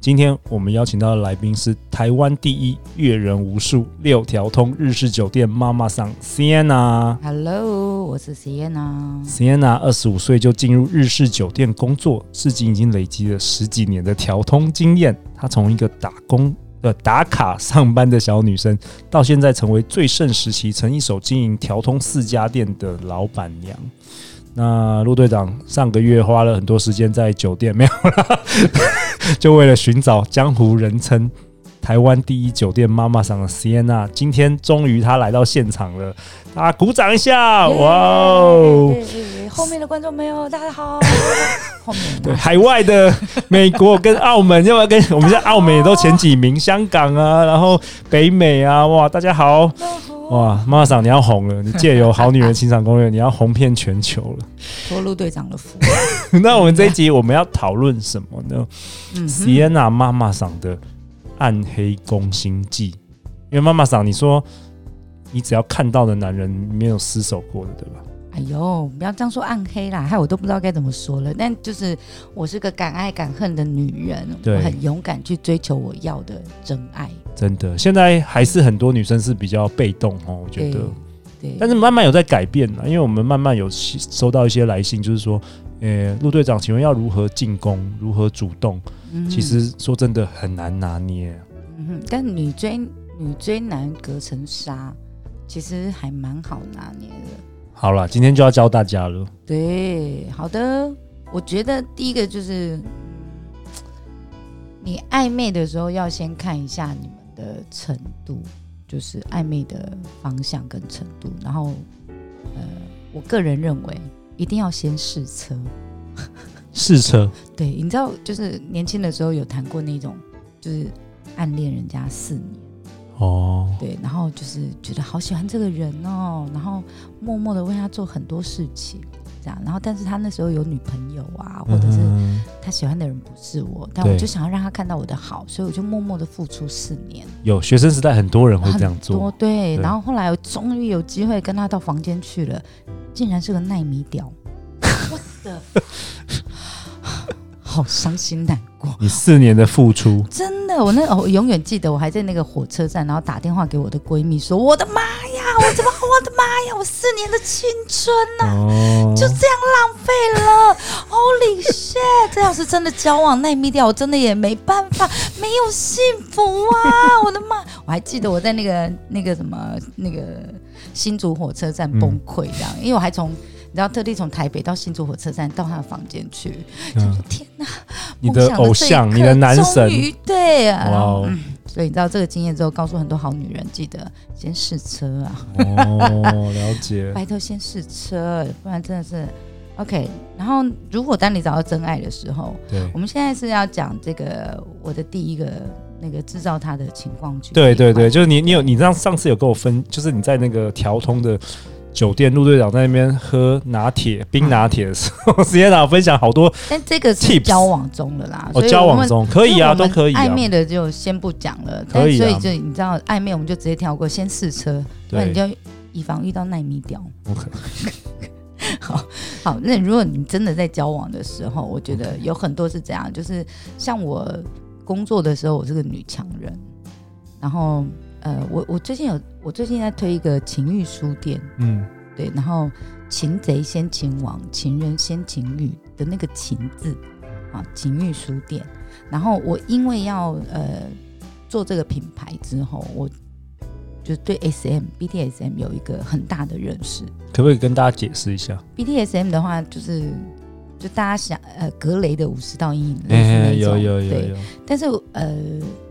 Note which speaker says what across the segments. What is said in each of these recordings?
Speaker 1: 今天我们邀请到的来宾是台湾第一阅人无数六条通日式酒店妈妈桑 Sienna。
Speaker 2: Hello，我是 Sienna。
Speaker 1: Sienna 二十五岁就进入日式酒店工作，至今已经累积了十几年的调通经验。她从一个打工呃打卡上班的小女生，到现在成为最盛时期曾一手经营调通四家店的老板娘。那陆队长上个月花了很多时间在酒店，没有啦， 就为了寻找江湖人称台湾第一酒店妈妈桑的 Sienna。今天终于她来到现场了，大家鼓掌一下，哇哦！
Speaker 2: 对对对后面的观众朋友，大家好。后面
Speaker 1: 对，海外的美国跟澳门，要不要跟我们在澳门也都前几名，香港 啊，然后北美啊，哇，大家好，哇，妈妈桑你要红了，你借由《好女人情场攻略》，你要红遍全球了。
Speaker 2: 托陆队长的福。
Speaker 1: 那我们这一集我们要讨论什么呢
Speaker 2: 嗯哼
Speaker 1: ？Sienna 妈妈桑的暗黑攻心计，因为妈妈桑你说你只要看到的男人没有失手过的，对吧？
Speaker 2: 哎呦，不要这样说暗黑啦，害我都不知道该怎么说了。但就是我是个敢爱敢恨的女人，
Speaker 1: 对
Speaker 2: 我很勇敢去追求我要的真爱。
Speaker 1: 真的，现在还是很多女生是比较被动哦，我觉得。
Speaker 2: 对，
Speaker 1: 但是慢慢有在改变了，因为我们慢慢有吸收到一些来信，就是说，呃，陆队长，请问要如何进攻，如何主动？
Speaker 2: 嗯
Speaker 1: 其，实说真的很难拿捏。
Speaker 2: 嗯哼但女追女追男隔层纱，其实还蛮好拿捏的。
Speaker 1: 好啦，今天就要教大家了。
Speaker 2: 对，好的，我觉得第一个就是，嗯你暧昧的时候要先看一下你们的程度，就是暧昧的方向跟程度。然后，呃，我个人认为一定要先试车。
Speaker 1: 试车，
Speaker 2: 对，你知道，就是年轻的时候有谈过那种，就是暗恋人家四年。
Speaker 1: 哦，
Speaker 2: 对，然后就是觉得好喜欢这个人哦，然后默默的为他做很多事情，这样，然后但是他那时候有女朋友啊，或者是
Speaker 1: 嗯，
Speaker 2: 他喜欢的人不是我，但
Speaker 1: 对
Speaker 2: 我就想要让他看到我的好，所以我就默默的付出四年，
Speaker 1: 有学生时代很多人会这样
Speaker 2: 多
Speaker 1: 做，
Speaker 2: 对，
Speaker 1: 对
Speaker 2: 然后后来我终于有机会跟他到房间去了，竟然是个奈米 屌，我的，好伤心难过。
Speaker 1: 你四年的付出，
Speaker 2: 真的，我那我永远记得，我还在那个火车站，然后打电话给我的闺蜜说：“我的妈呀，我怎么，我的妈呀，我四年的青春
Speaker 1: 哦，
Speaker 2: 就这样浪费 了，Holy shit！这要是真的交往那米掉，我真的也没办法，没有幸福啊！我的妈！我还记得我在那个那个什么那个新竹火车站崩溃这样，因为我还从。你知道，特地从台北到新竹火车站，到他的房间去，
Speaker 1: 嗯
Speaker 2: 天哪！
Speaker 1: 你的偶像，你的男神，
Speaker 2: 对啊，
Speaker 1: 哇
Speaker 2: 然后
Speaker 1: 哦，
Speaker 2: 所以你知道这个经验之后，告诉很多好女人，记得先试车啊，
Speaker 1: 哦，了 解，
Speaker 2: 拜托先试车，不然真的是 OK。然后，如果当你找到真爱的时候，
Speaker 1: 对
Speaker 2: 我，们现在是要讲这个我的第一个那个制造他的情况剧。
Speaker 1: 对对对，，就是你你有你上上次有跟我分，就是你在那个调通的酒店陆队长在那边喝拿铁冰拿铁的时候， 直接长分享好多
Speaker 2: 但这个是
Speaker 1: Tips
Speaker 2: 交往中了啦，
Speaker 1: 哦
Speaker 2: 所以
Speaker 1: 交
Speaker 2: 我
Speaker 1: 往
Speaker 2: 们
Speaker 1: 中可以啊，
Speaker 2: 因为
Speaker 1: 都
Speaker 2: 我们
Speaker 1: 可以啊
Speaker 2: 暧，昧的就先不讲了，
Speaker 1: 可以啊
Speaker 2: 但所以就你知道暧昧我们就直接跳过，先试车，不然
Speaker 1: 对
Speaker 2: 你就以防遇到耐米屌。
Speaker 1: OK
Speaker 2: 好好，那如果你真的在交往的时候，我觉得有很多是这样，就是像我工作的时候，我是个女强人，然后呃，我我最近有我最近在推一个情欲书店，
Speaker 1: 嗯，
Speaker 2: 对，然后擒贼先擒王，情人先情欲的那个“情”字啊，情欲书店。然后我因为要呃做这个品牌之后，我就对 SM、BDSM 有一个很大的认识。
Speaker 1: 可不可以跟大家解释一下？
Speaker 2: BDSM 的话，就是就大家想呃格雷的五十道阴影类似那
Speaker 1: 哎，
Speaker 2: 种，
Speaker 1: 有有有
Speaker 2: 对
Speaker 1: 有，
Speaker 2: 但是呃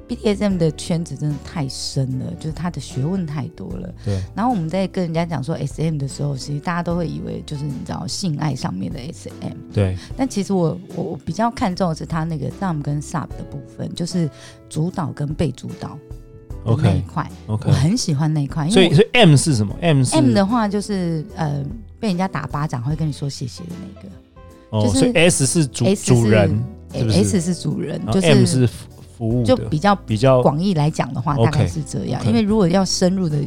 Speaker 2: ，BDSM 的圈子真的太深了，就是它的学问太多了。
Speaker 1: 对。
Speaker 2: 然后我们在跟人家讲说 SM 的时候，其实大家都会以为就是你知道性爱上面的 SM，
Speaker 1: 对，
Speaker 2: 但其实我我我比较看重的是它那个 thumb 跟 sub 的部分，就是主导跟被主导。的那一
Speaker 1: OK
Speaker 2: 块，我
Speaker 1: OK，
Speaker 2: 很喜欢那一块，因
Speaker 1: 所
Speaker 2: 为
Speaker 1: 以所以 M 是什么？M 是
Speaker 2: M 的话就是呃被人家打巴掌会跟你说谢谢的那个
Speaker 1: 哦，
Speaker 2: 就是
Speaker 1: 所以 S 是主
Speaker 2: S 是
Speaker 1: 主人，是不是
Speaker 2: S 是主人，
Speaker 1: 然后
Speaker 2: 就
Speaker 1: M
Speaker 2: 是
Speaker 1: 是服服务
Speaker 2: 就
Speaker 1: 的，
Speaker 2: 比较
Speaker 1: 比较
Speaker 2: 广义来讲的话，
Speaker 1: OK，
Speaker 2: 大概是这样。
Speaker 1: OK
Speaker 2: 因为如果要深入的，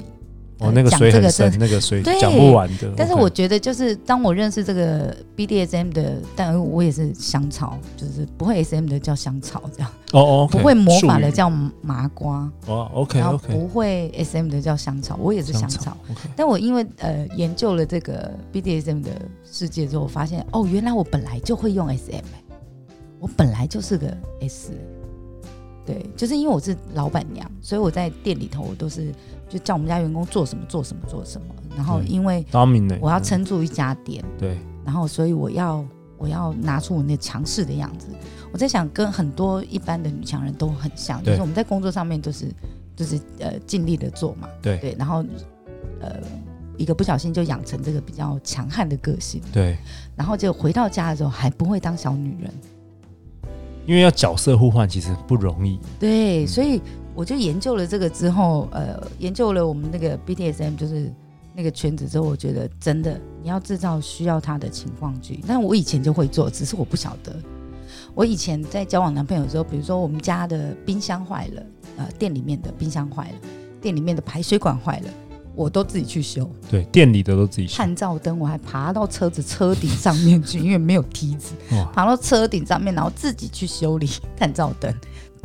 Speaker 1: 哦，那个
Speaker 2: 讲
Speaker 1: 水
Speaker 2: 这
Speaker 1: 很
Speaker 2: 个
Speaker 1: 深
Speaker 2: 真，
Speaker 1: 那个水
Speaker 2: 对
Speaker 1: 讲不完的。
Speaker 2: 但是
Speaker 1: OK
Speaker 2: 我觉得就是当我认识这个 BDSM 的，但我也是香草，就是不会 SM 的叫香草这样，
Speaker 1: 哦哦，
Speaker 2: 不会魔法的
Speaker 1: 讲
Speaker 2: 叫麻瓜，
Speaker 1: 哦，OK
Speaker 2: 然后
Speaker 1: OK，
Speaker 2: 不会 SM 的叫香草，我也是香草。但我因为呃研究了这个 BDSM 的世界之后，我发现哦，原来我本来就会用 SM，、欸、我本来就是个 S，欸、对，就是因为我是老板娘，所以我在店里头我都是就叫我们家员工做什么做什么做什么，然后
Speaker 1: 对
Speaker 2: 因为
Speaker 1: Dominate，
Speaker 2: 我要
Speaker 1: 嗯
Speaker 2: 撑住一家店，
Speaker 1: 对
Speaker 2: 然后所以我要我要拿出我那强势的样子。我在想，跟很多一般的女强人都很像，就
Speaker 1: 对
Speaker 2: 是我们在工作上面就是就是呃尽力的做嘛，
Speaker 1: 对
Speaker 2: 对，然后呃一个不小心就养成这个比较强悍的个性，
Speaker 1: 对，
Speaker 2: 然后就回到家的时候还不会当小女人，
Speaker 1: 因为要角色互换其实不容易。
Speaker 2: 对，所以我就研究了这个之后，呃，研究了我们那个 BDSM 就是那个圈子之后，我觉得真的你要制造需要它的情况剧，但我以前就会做，只是我不晓得。我以前在交往男朋友的时候，比如说我们家的冰箱坏了，呃，店里面的冰箱坏了，店里面的排水管坏了，我都自己去修。
Speaker 1: 对，店里的都自己选。
Speaker 2: 探照灯我还爬到车子车顶上面去，因为没有梯子。
Speaker 1: 哇，
Speaker 2: 爬到车顶上面，然后自己去修理探照灯，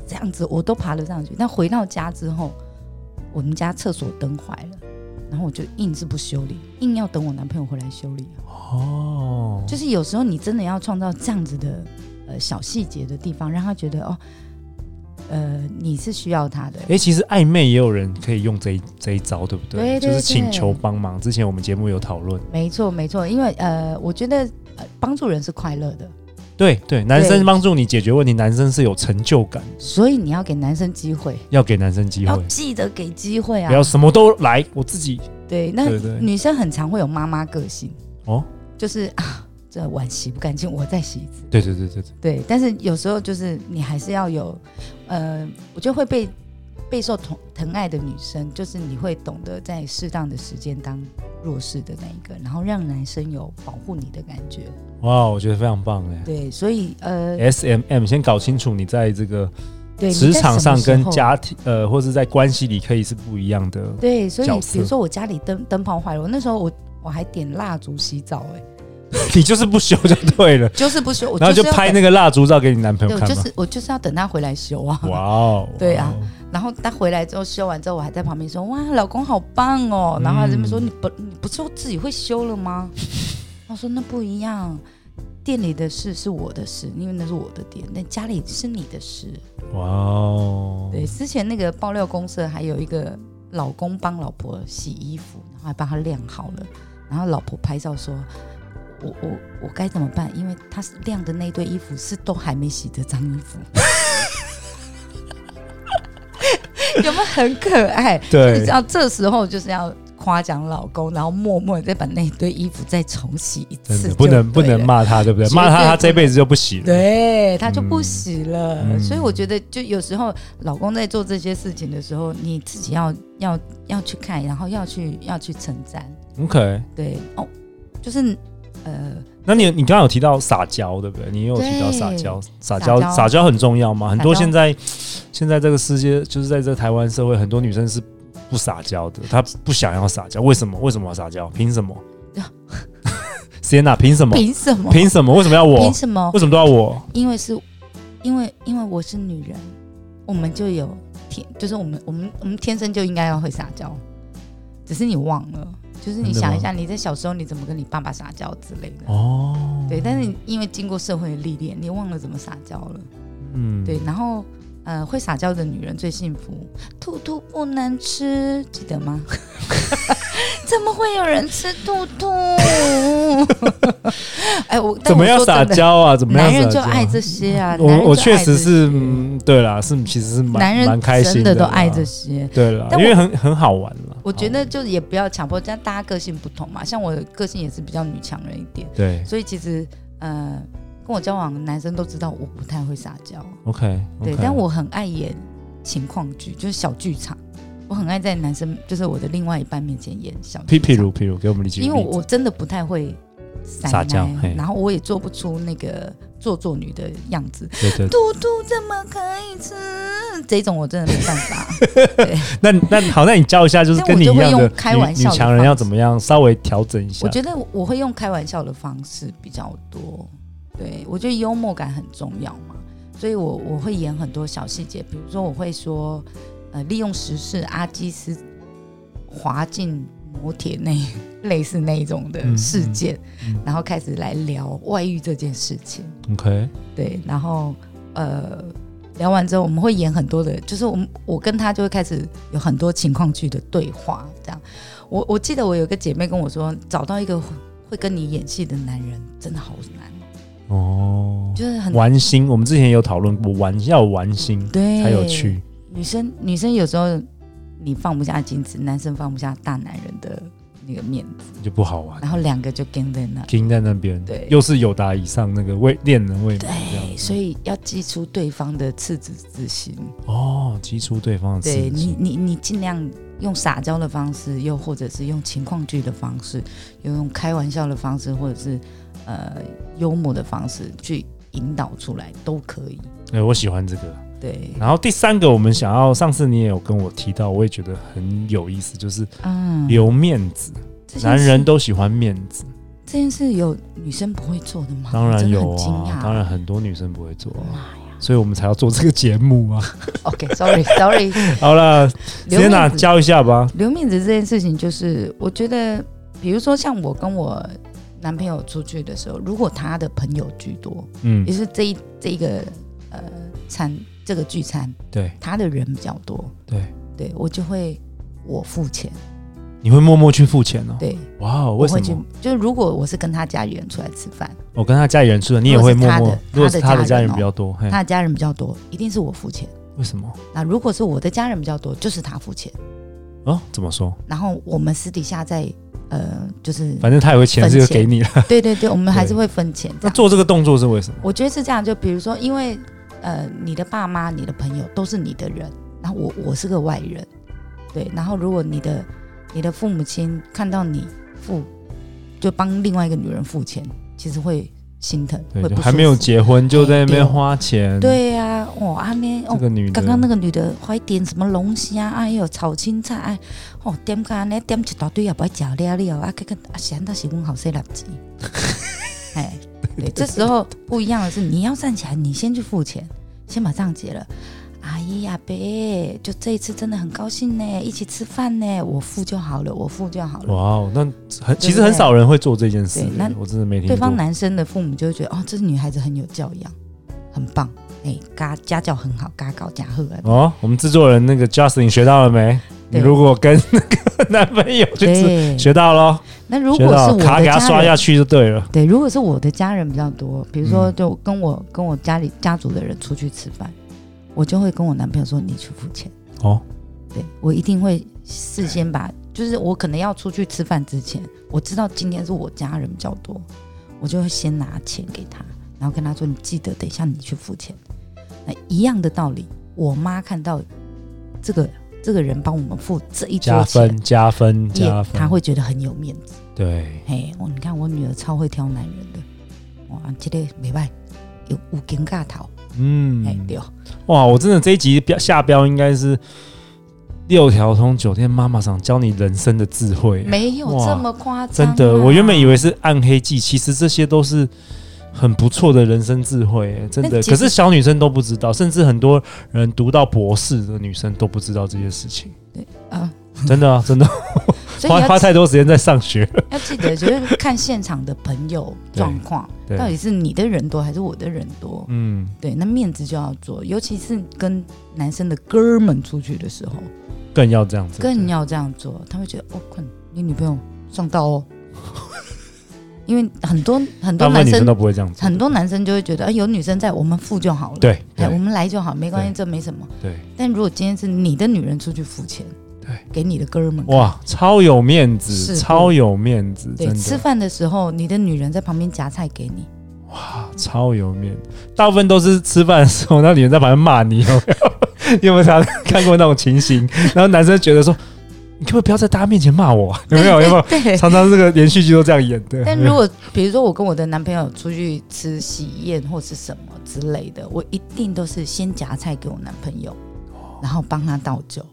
Speaker 2: 这样子我都爬了上去。但回到家之后，我们家厕所灯坏了，然后我就硬是不修理，硬要等我男朋友回来修理啊。
Speaker 1: 哦，
Speaker 2: 就是有时候你真的要创造这样子的呃小细节的地方，让他觉得哦，呃，你是需要他的。
Speaker 1: 哎、其实暧昧也有人可以用这一这一招，对不对？
Speaker 2: 对对
Speaker 1: 就是请
Speaker 2: 对
Speaker 1: 求帮忙。之前我们节目有讨论，
Speaker 2: 没错，没错，因为呃，我觉得呃，帮助人是快乐的，
Speaker 1: 对对，男生
Speaker 2: 对
Speaker 1: 帮助你解决问题，男生是有成就感，
Speaker 2: 所以你要给男生机会，
Speaker 1: 要给男生机会
Speaker 2: 要，记得给机会啊
Speaker 1: 不。要什么都来，我自己
Speaker 2: 对，那
Speaker 1: 对对
Speaker 2: 女生很常会有妈妈个性
Speaker 1: 哦。
Speaker 2: 就是啊，这碗洗不干净，我再洗一次。
Speaker 1: 对对对对对，
Speaker 2: 对，但是有时候就是你还是要有，呃，我觉得会被备受疼疼爱的女生，就是你会懂得在适当的时间当弱势的那一个，然后让男生有保护你的感觉。
Speaker 1: 哇，我觉得非常棒哎。
Speaker 2: 对，所以呃，
Speaker 1: S M M，先搞清楚你在这个
Speaker 2: 对
Speaker 1: 哎职场上跟。
Speaker 2: 你在什么时候
Speaker 1: 家庭呃，或是在关系里可以是不一样的。
Speaker 2: 对，所以
Speaker 1: 角色
Speaker 2: 比如说我家里灯灯泡坏了，我那时候我我还点蜡烛洗澡、哎，
Speaker 1: 你就是不修就对了，
Speaker 2: 就是不修，我
Speaker 1: 然后
Speaker 2: 是
Speaker 1: 就
Speaker 2: 要
Speaker 1: 拍
Speaker 2: 等
Speaker 1: 那个蜡烛照给你男朋友
Speaker 2: 对，我
Speaker 1: 看
Speaker 2: 就
Speaker 1: 嘛。
Speaker 2: 是我就是要等他回来修啊。
Speaker 1: 哇哦，
Speaker 2: 对
Speaker 1: 哇
Speaker 2: 啊
Speaker 1: 哦，
Speaker 2: 然后他回来之后修完之后，我还在旁边说：“哇，老公好棒哦！”然后他这边说：“
Speaker 1: 嗯
Speaker 2: 你不你不是自己会修了吗？”我说：“那不一样，店里的事是我的事，因为那是我的店，那家里是你的事。
Speaker 1: 哇哦，
Speaker 2: 对，之前那个爆料公社还有一个老公帮老婆洗衣服，然后还帮她晾好了，然后老婆拍照说。我我我该怎么办？因为他是晾的那堆衣服是都还没洗的脏衣 服，有没有很可爱？你
Speaker 1: 对
Speaker 2: 知道这时候就是要夸奖老公，然后默默地再把那堆衣服再重洗一
Speaker 1: 真
Speaker 2: 次
Speaker 1: 的
Speaker 2: 就对了，
Speaker 1: 不能不能骂他，对不对？
Speaker 2: 绝对
Speaker 1: 骂他，他
Speaker 2: 不
Speaker 1: 这
Speaker 2: 能
Speaker 1: 辈子就不洗了。
Speaker 2: 对，他就不洗了。
Speaker 1: 嗯
Speaker 2: 所以我觉得，就有时候老公在做这些事情的时候，你自己要要要去看，然后要去要去称赞。
Speaker 1: OK，
Speaker 2: 对哦，就是呃，
Speaker 1: 那你你刚刚有提到撒娇，对不对？你也有提到
Speaker 2: 对
Speaker 1: 撒娇，撒
Speaker 2: 撒
Speaker 1: 娇
Speaker 2: 娇
Speaker 1: 撒娇很重要嘛。很多
Speaker 2: 撒娇
Speaker 1: 现在现在这个世界，就是在这台湾社会，很多女生是不撒娇的，她不想要撒娇。为什么？为什么要撒娇？凭 什么？Sienna，凭什么？
Speaker 2: 凭什么？
Speaker 1: 凭什么？为什么要我
Speaker 2: 凭？什么？
Speaker 1: 为什么都要我？
Speaker 2: 因为是，因为因为我是女人，我们就有天，就是我们我们我们天生就应该要会撒娇，只是你忘了。就是你
Speaker 1: 真的吗
Speaker 2: 想一下，你在小时候你怎么跟你爸爸撒娇之类的，
Speaker 1: 哦，
Speaker 2: 对。但是你因为经过社会的历练，你忘了怎么撒娇了，
Speaker 1: 嗯，
Speaker 2: 对。然后呃，会撒娇的女人最幸福。兔兔不能吃，记得吗？ 怎么会有人吃兔兔？ 哎，我但
Speaker 1: 怎么样
Speaker 2: 我说真
Speaker 1: 撒
Speaker 2: 的
Speaker 1: 娇啊？怎么样
Speaker 2: 男
Speaker 1: 撒娇？
Speaker 2: 人就爱这些啊！男人
Speaker 1: 我我
Speaker 2: 就
Speaker 1: 确
Speaker 2: 爱这
Speaker 1: 实是，
Speaker 2: 些
Speaker 1: 嗯，对啦，是其实是
Speaker 2: 男
Speaker 1: 蛮蛮
Speaker 2: 人
Speaker 1: 开心
Speaker 2: 真的都
Speaker 1: 啦
Speaker 2: 爱这些。
Speaker 1: 对啦，因
Speaker 2: 但我
Speaker 1: 为很很好玩了。
Speaker 2: 我觉
Speaker 1: 好
Speaker 2: 得就是也不要强迫，但大家个性不同嘛。像我的个性也是比较女强人一点，
Speaker 1: 玩对
Speaker 2: 所以其实呃，跟我交往的男生都知道我不太会撒娇，
Speaker 1: ，OK，
Speaker 2: 对，但我很爱演情况剧，就是小剧场。我很爱在男生，就是我的另外一半面前演小
Speaker 1: 譬
Speaker 2: 剧
Speaker 1: 譬
Speaker 2: 场
Speaker 1: 如譬如，给我们理解，
Speaker 2: 因为我真的不太会撒
Speaker 1: 撒娇嘿
Speaker 2: 然后我也做不出那个做作女的样子。
Speaker 1: 对对，对
Speaker 2: 嘟嘟怎么可以吃？这种我真的没办法。
Speaker 1: 那那好，那你教一下，就是
Speaker 2: 那我
Speaker 1: 跟你一
Speaker 2: 就会
Speaker 1: 样的
Speaker 2: 用开玩
Speaker 1: 女
Speaker 2: 笑
Speaker 1: 女
Speaker 2: 的
Speaker 1: 强人要
Speaker 2: 方
Speaker 1: 怎么样稍微调整一下
Speaker 2: 我。觉得我会用开玩笑的方式比较多，对我觉得幽默感很重要嘛，所以我我会演很多小细节，比如说我会说，呃，利用时事阿基斯滑进摩铁那 类似那一种的
Speaker 1: 嗯
Speaker 2: 事件，
Speaker 1: 嗯嗯
Speaker 2: 然后开始来聊外遇这件事情，
Speaker 1: OK，
Speaker 2: 对，然后呃。聊完之后，我们会演很多的，就是我们我跟他就会开始有很多情况剧的对话，这样。我我记得我有一个姐妹跟我说，找到一个会会跟你演戏的男人真的好难，
Speaker 1: 哦，
Speaker 2: 就是很
Speaker 1: 玩心，我们之前也有讨论过，玩要玩心
Speaker 2: 对
Speaker 1: 才有。趣。
Speaker 2: 女生女生有时候你放不下矜持，男生放不下大男人的那个面子，
Speaker 1: 就不好玩
Speaker 2: 然，后两个就跟在那。
Speaker 1: 停在那边，
Speaker 2: 对
Speaker 1: 又是友达以上那个位恋人未满这样
Speaker 2: 对，所以要击出对方的赤子之心。
Speaker 1: 哦，击出对方的刺
Speaker 2: 对
Speaker 1: 激，
Speaker 2: 你，你你尽量用撒娇的方式，又或者是用情况剧的方式，又用开玩笑的方式，或者是呃幽默的方式去引导出来都可以。
Speaker 1: 哎，我喜欢这个。
Speaker 2: 对，
Speaker 1: 然后第三个，我们想要，上次你也有跟我提到，我也觉得很有意思，就是
Speaker 2: 嗯，
Speaker 1: 留面子，
Speaker 2: 这件事
Speaker 1: 男人都喜欢面子，
Speaker 2: 这件事有女生不会做的吗？
Speaker 1: 当
Speaker 2: 我
Speaker 1: 然
Speaker 2: 真的很
Speaker 1: 有
Speaker 2: 惊
Speaker 1: 啊
Speaker 2: 讶，
Speaker 1: 当然很多女生不会做啊，
Speaker 2: 妈呀
Speaker 1: 所以我们才要做这个节目啊。
Speaker 2: ！OK，sorry，sorry，
Speaker 1: 好了，
Speaker 2: 啊留
Speaker 1: 天哪，
Speaker 2: 面子，
Speaker 1: 教一下吧。
Speaker 2: 留面子这件事情，就是我觉得，比如说像我跟我男朋友出去的时候，如果他的朋友居多，
Speaker 1: 嗯
Speaker 2: 也，是这一这一个呃餐这个聚餐，
Speaker 1: 对
Speaker 2: 他的人比较多，
Speaker 1: 对，
Speaker 2: 对我就会我付钱，
Speaker 1: 你会默默去付钱哦。
Speaker 2: 对，
Speaker 1: 哇哦，
Speaker 2: 我
Speaker 1: 为什
Speaker 2: 会去
Speaker 1: 么？，
Speaker 2: 就是如果我是跟他家里人出来吃饭，
Speaker 1: 我跟他家里人吃的，你也
Speaker 2: 如果
Speaker 1: 会
Speaker 2: 是
Speaker 1: 默
Speaker 2: 他的
Speaker 1: 默。如果是他
Speaker 2: 他的
Speaker 1: 的家
Speaker 2: 家人
Speaker 1: 人
Speaker 2: 哦
Speaker 1: 比较多，嘿，
Speaker 2: 他的家人比较多，一定是我付钱。
Speaker 1: 为什么？
Speaker 2: 那如果是我的家人比较多，就是他付钱。
Speaker 1: 哦，怎么说？
Speaker 2: 然后我们私底下再呃，就是
Speaker 1: 反正他也会钱，
Speaker 2: 分
Speaker 1: 这就
Speaker 2: 钱啊
Speaker 1: 给 你了。
Speaker 2: 对对对，我们还是会分钱这
Speaker 1: 那
Speaker 2: 样。
Speaker 1: 做这个动作是为什么？
Speaker 2: 我觉得是这样，就比如说，因为呃，你的爸妈、你的朋友都是你的人，然后我我是个外人，对。然后如果你的你的父母亲看到你付，就帮另外一个女人付钱，其实会心疼，
Speaker 1: 对，
Speaker 2: 会
Speaker 1: 就
Speaker 2: 不
Speaker 1: 还没有
Speaker 2: 舒服
Speaker 1: 结婚就在那边
Speaker 2: 哎对哦
Speaker 1: 花钱。，
Speaker 2: 对呀、哦，阿妹
Speaker 1: 这
Speaker 2: 哦，
Speaker 1: 个女的，
Speaker 2: 刚刚那个女的还点什么龙虾，哎呦，炒青菜，哎，哦，点个安尼点一大堆也不爱吃了了，啊，看看啊，显得是阮好细垃 圾。哎，对，这时候不一样的是，你要站起来，你先去付钱，先把账结了。阿姨阿伯，就这一次真的很高兴呢，一起吃饭呢，我付就好了，我付就好了。
Speaker 1: 哇哦，那很其实
Speaker 2: 对
Speaker 1: 很少人会做这件事
Speaker 2: 对那，
Speaker 1: 我真的没听
Speaker 2: 对
Speaker 1: 过
Speaker 2: 方。男生的父母就会觉得，哦，这女孩子很有教养，很棒，哎，家家教很好，家教家好啊。
Speaker 1: 哦，我们制作人那个 Justin 学到了没？你
Speaker 2: 对
Speaker 1: 如果跟那个男朋友去吃，
Speaker 2: 对，
Speaker 1: 学到咯，
Speaker 2: 那如
Speaker 1: 学
Speaker 2: 果是
Speaker 1: 到
Speaker 2: 我的
Speaker 1: 卡
Speaker 2: 家
Speaker 1: 给他
Speaker 2: 人，
Speaker 1: 刷下去就对了。
Speaker 2: 对，如果是我的家人比较多，比如说
Speaker 1: 嗯
Speaker 2: 就跟我、跟我家里家族的人出去吃饭，我就会跟我男朋友说你去付钱。
Speaker 1: 哦，
Speaker 2: 对我一定会事先把，就是我可能要出去吃饭之前，我知道今天是我家人比较多，我就会先拿钱给他，然后跟他说你记得等一下你去付钱。那一样的道理，我妈看到这个这个人帮我们付这一
Speaker 1: 加
Speaker 2: 桌钱
Speaker 1: 分，，加分，
Speaker 2: 也
Speaker 1: 加分，
Speaker 2: 她会觉得很有面子。
Speaker 1: 对，
Speaker 2: 嘿，我你看我女儿超会挑男人的，哇，这个没办，有有尴尬头，哎、
Speaker 1: 嗯，
Speaker 2: 对，
Speaker 1: 哇，我真的这一集标下标应该是六条通酒店妈妈桑教你人生的智慧，
Speaker 2: 没有
Speaker 1: 哇
Speaker 2: 这么夸张、啊
Speaker 1: 真的，我原本以。为是暗黑技，其实这些都是很不错的人生智慧，欸真的。
Speaker 2: 那其
Speaker 1: 可
Speaker 2: 实
Speaker 1: 是小女生都不知道，甚至很多人读到博士的女生都不知道这些事 情。
Speaker 2: 对啊，
Speaker 1: 真的啊，真的
Speaker 2: 所以
Speaker 1: 花
Speaker 2: 要
Speaker 1: 花太多时间在上 学了。
Speaker 2: 要记得，就是看现场的朋友
Speaker 1: 对
Speaker 2: 状况，到底
Speaker 1: 对，
Speaker 2: 是你的人多还是我的人多？
Speaker 1: 嗯，
Speaker 2: 对，那面子就要做，尤其是跟男生的哥们出去的时候，
Speaker 1: 更要这样子，
Speaker 2: 更要这样做，他会觉得哦，困，你女朋友上道哦，因为很多很
Speaker 1: 大
Speaker 2: 多
Speaker 1: 部分
Speaker 2: 男
Speaker 1: 女生
Speaker 2: 生
Speaker 1: 都不会这样子。
Speaker 2: 很多男生就会觉得，啊，有女生在，我们付就好了。
Speaker 1: 对
Speaker 2: 哎，我
Speaker 1: 对
Speaker 2: 们来就好，没关系，
Speaker 1: 对
Speaker 2: 这没什么。
Speaker 1: 对，
Speaker 2: 但如果今天是你的女人出去付钱，
Speaker 1: 对，
Speaker 2: 给你的哥们，
Speaker 1: 哇，超有面
Speaker 2: 是
Speaker 1: 子，
Speaker 2: 的
Speaker 1: 超有面子，
Speaker 2: 对，
Speaker 1: 真
Speaker 2: 吃
Speaker 1: 的。
Speaker 2: 饭的时候，你的女人在旁边夹菜给你，
Speaker 1: 哇，超有面！大部分都是吃饭的时候，那女人在旁边骂你，有 没有？你有没有常常看过那种情形？ 然后男生觉得说，你可不可以不要在大家面前骂我啊？ 有没有？有没有？
Speaker 2: 对，
Speaker 1: 常常这个连续剧都这样演的。
Speaker 2: 但如果比如说我跟我的男朋友出去吃喜宴或是什么之类的，我一定都是先夹菜给我男朋友，然后帮他倒酒，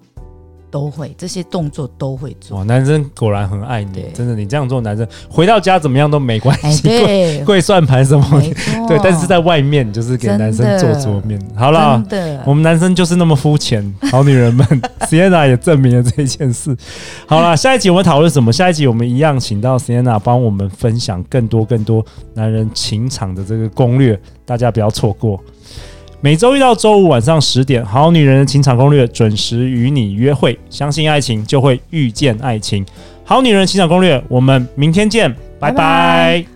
Speaker 2: 都会这些动作都会做。
Speaker 1: 哇，男生果然很爱你
Speaker 2: 对，
Speaker 1: 真的，你这样做，男生回到家怎么样都没关
Speaker 2: 哎，
Speaker 1: 系，跪
Speaker 2: 对，
Speaker 1: 跪算盘什么的
Speaker 2: 没错，
Speaker 1: 对，但是在外面就是给男生做桌面。好啦
Speaker 2: 真，的
Speaker 1: 我们男生就是那么肤浅，好女人 们，Sienna 也证明了这一件事。好啦，下一集我们讨论什么？下一集我们一样请到 Sienna 帮我们分享更多更多男人情场的这个攻略，大家不要错过。每周一到周五晚上十点，《好女人的情场攻略》准时与你约会。相信爱情，就会遇见爱情。《好女人的情场攻略》，我们明天见，拜
Speaker 2: 拜
Speaker 1: 拜
Speaker 2: 拜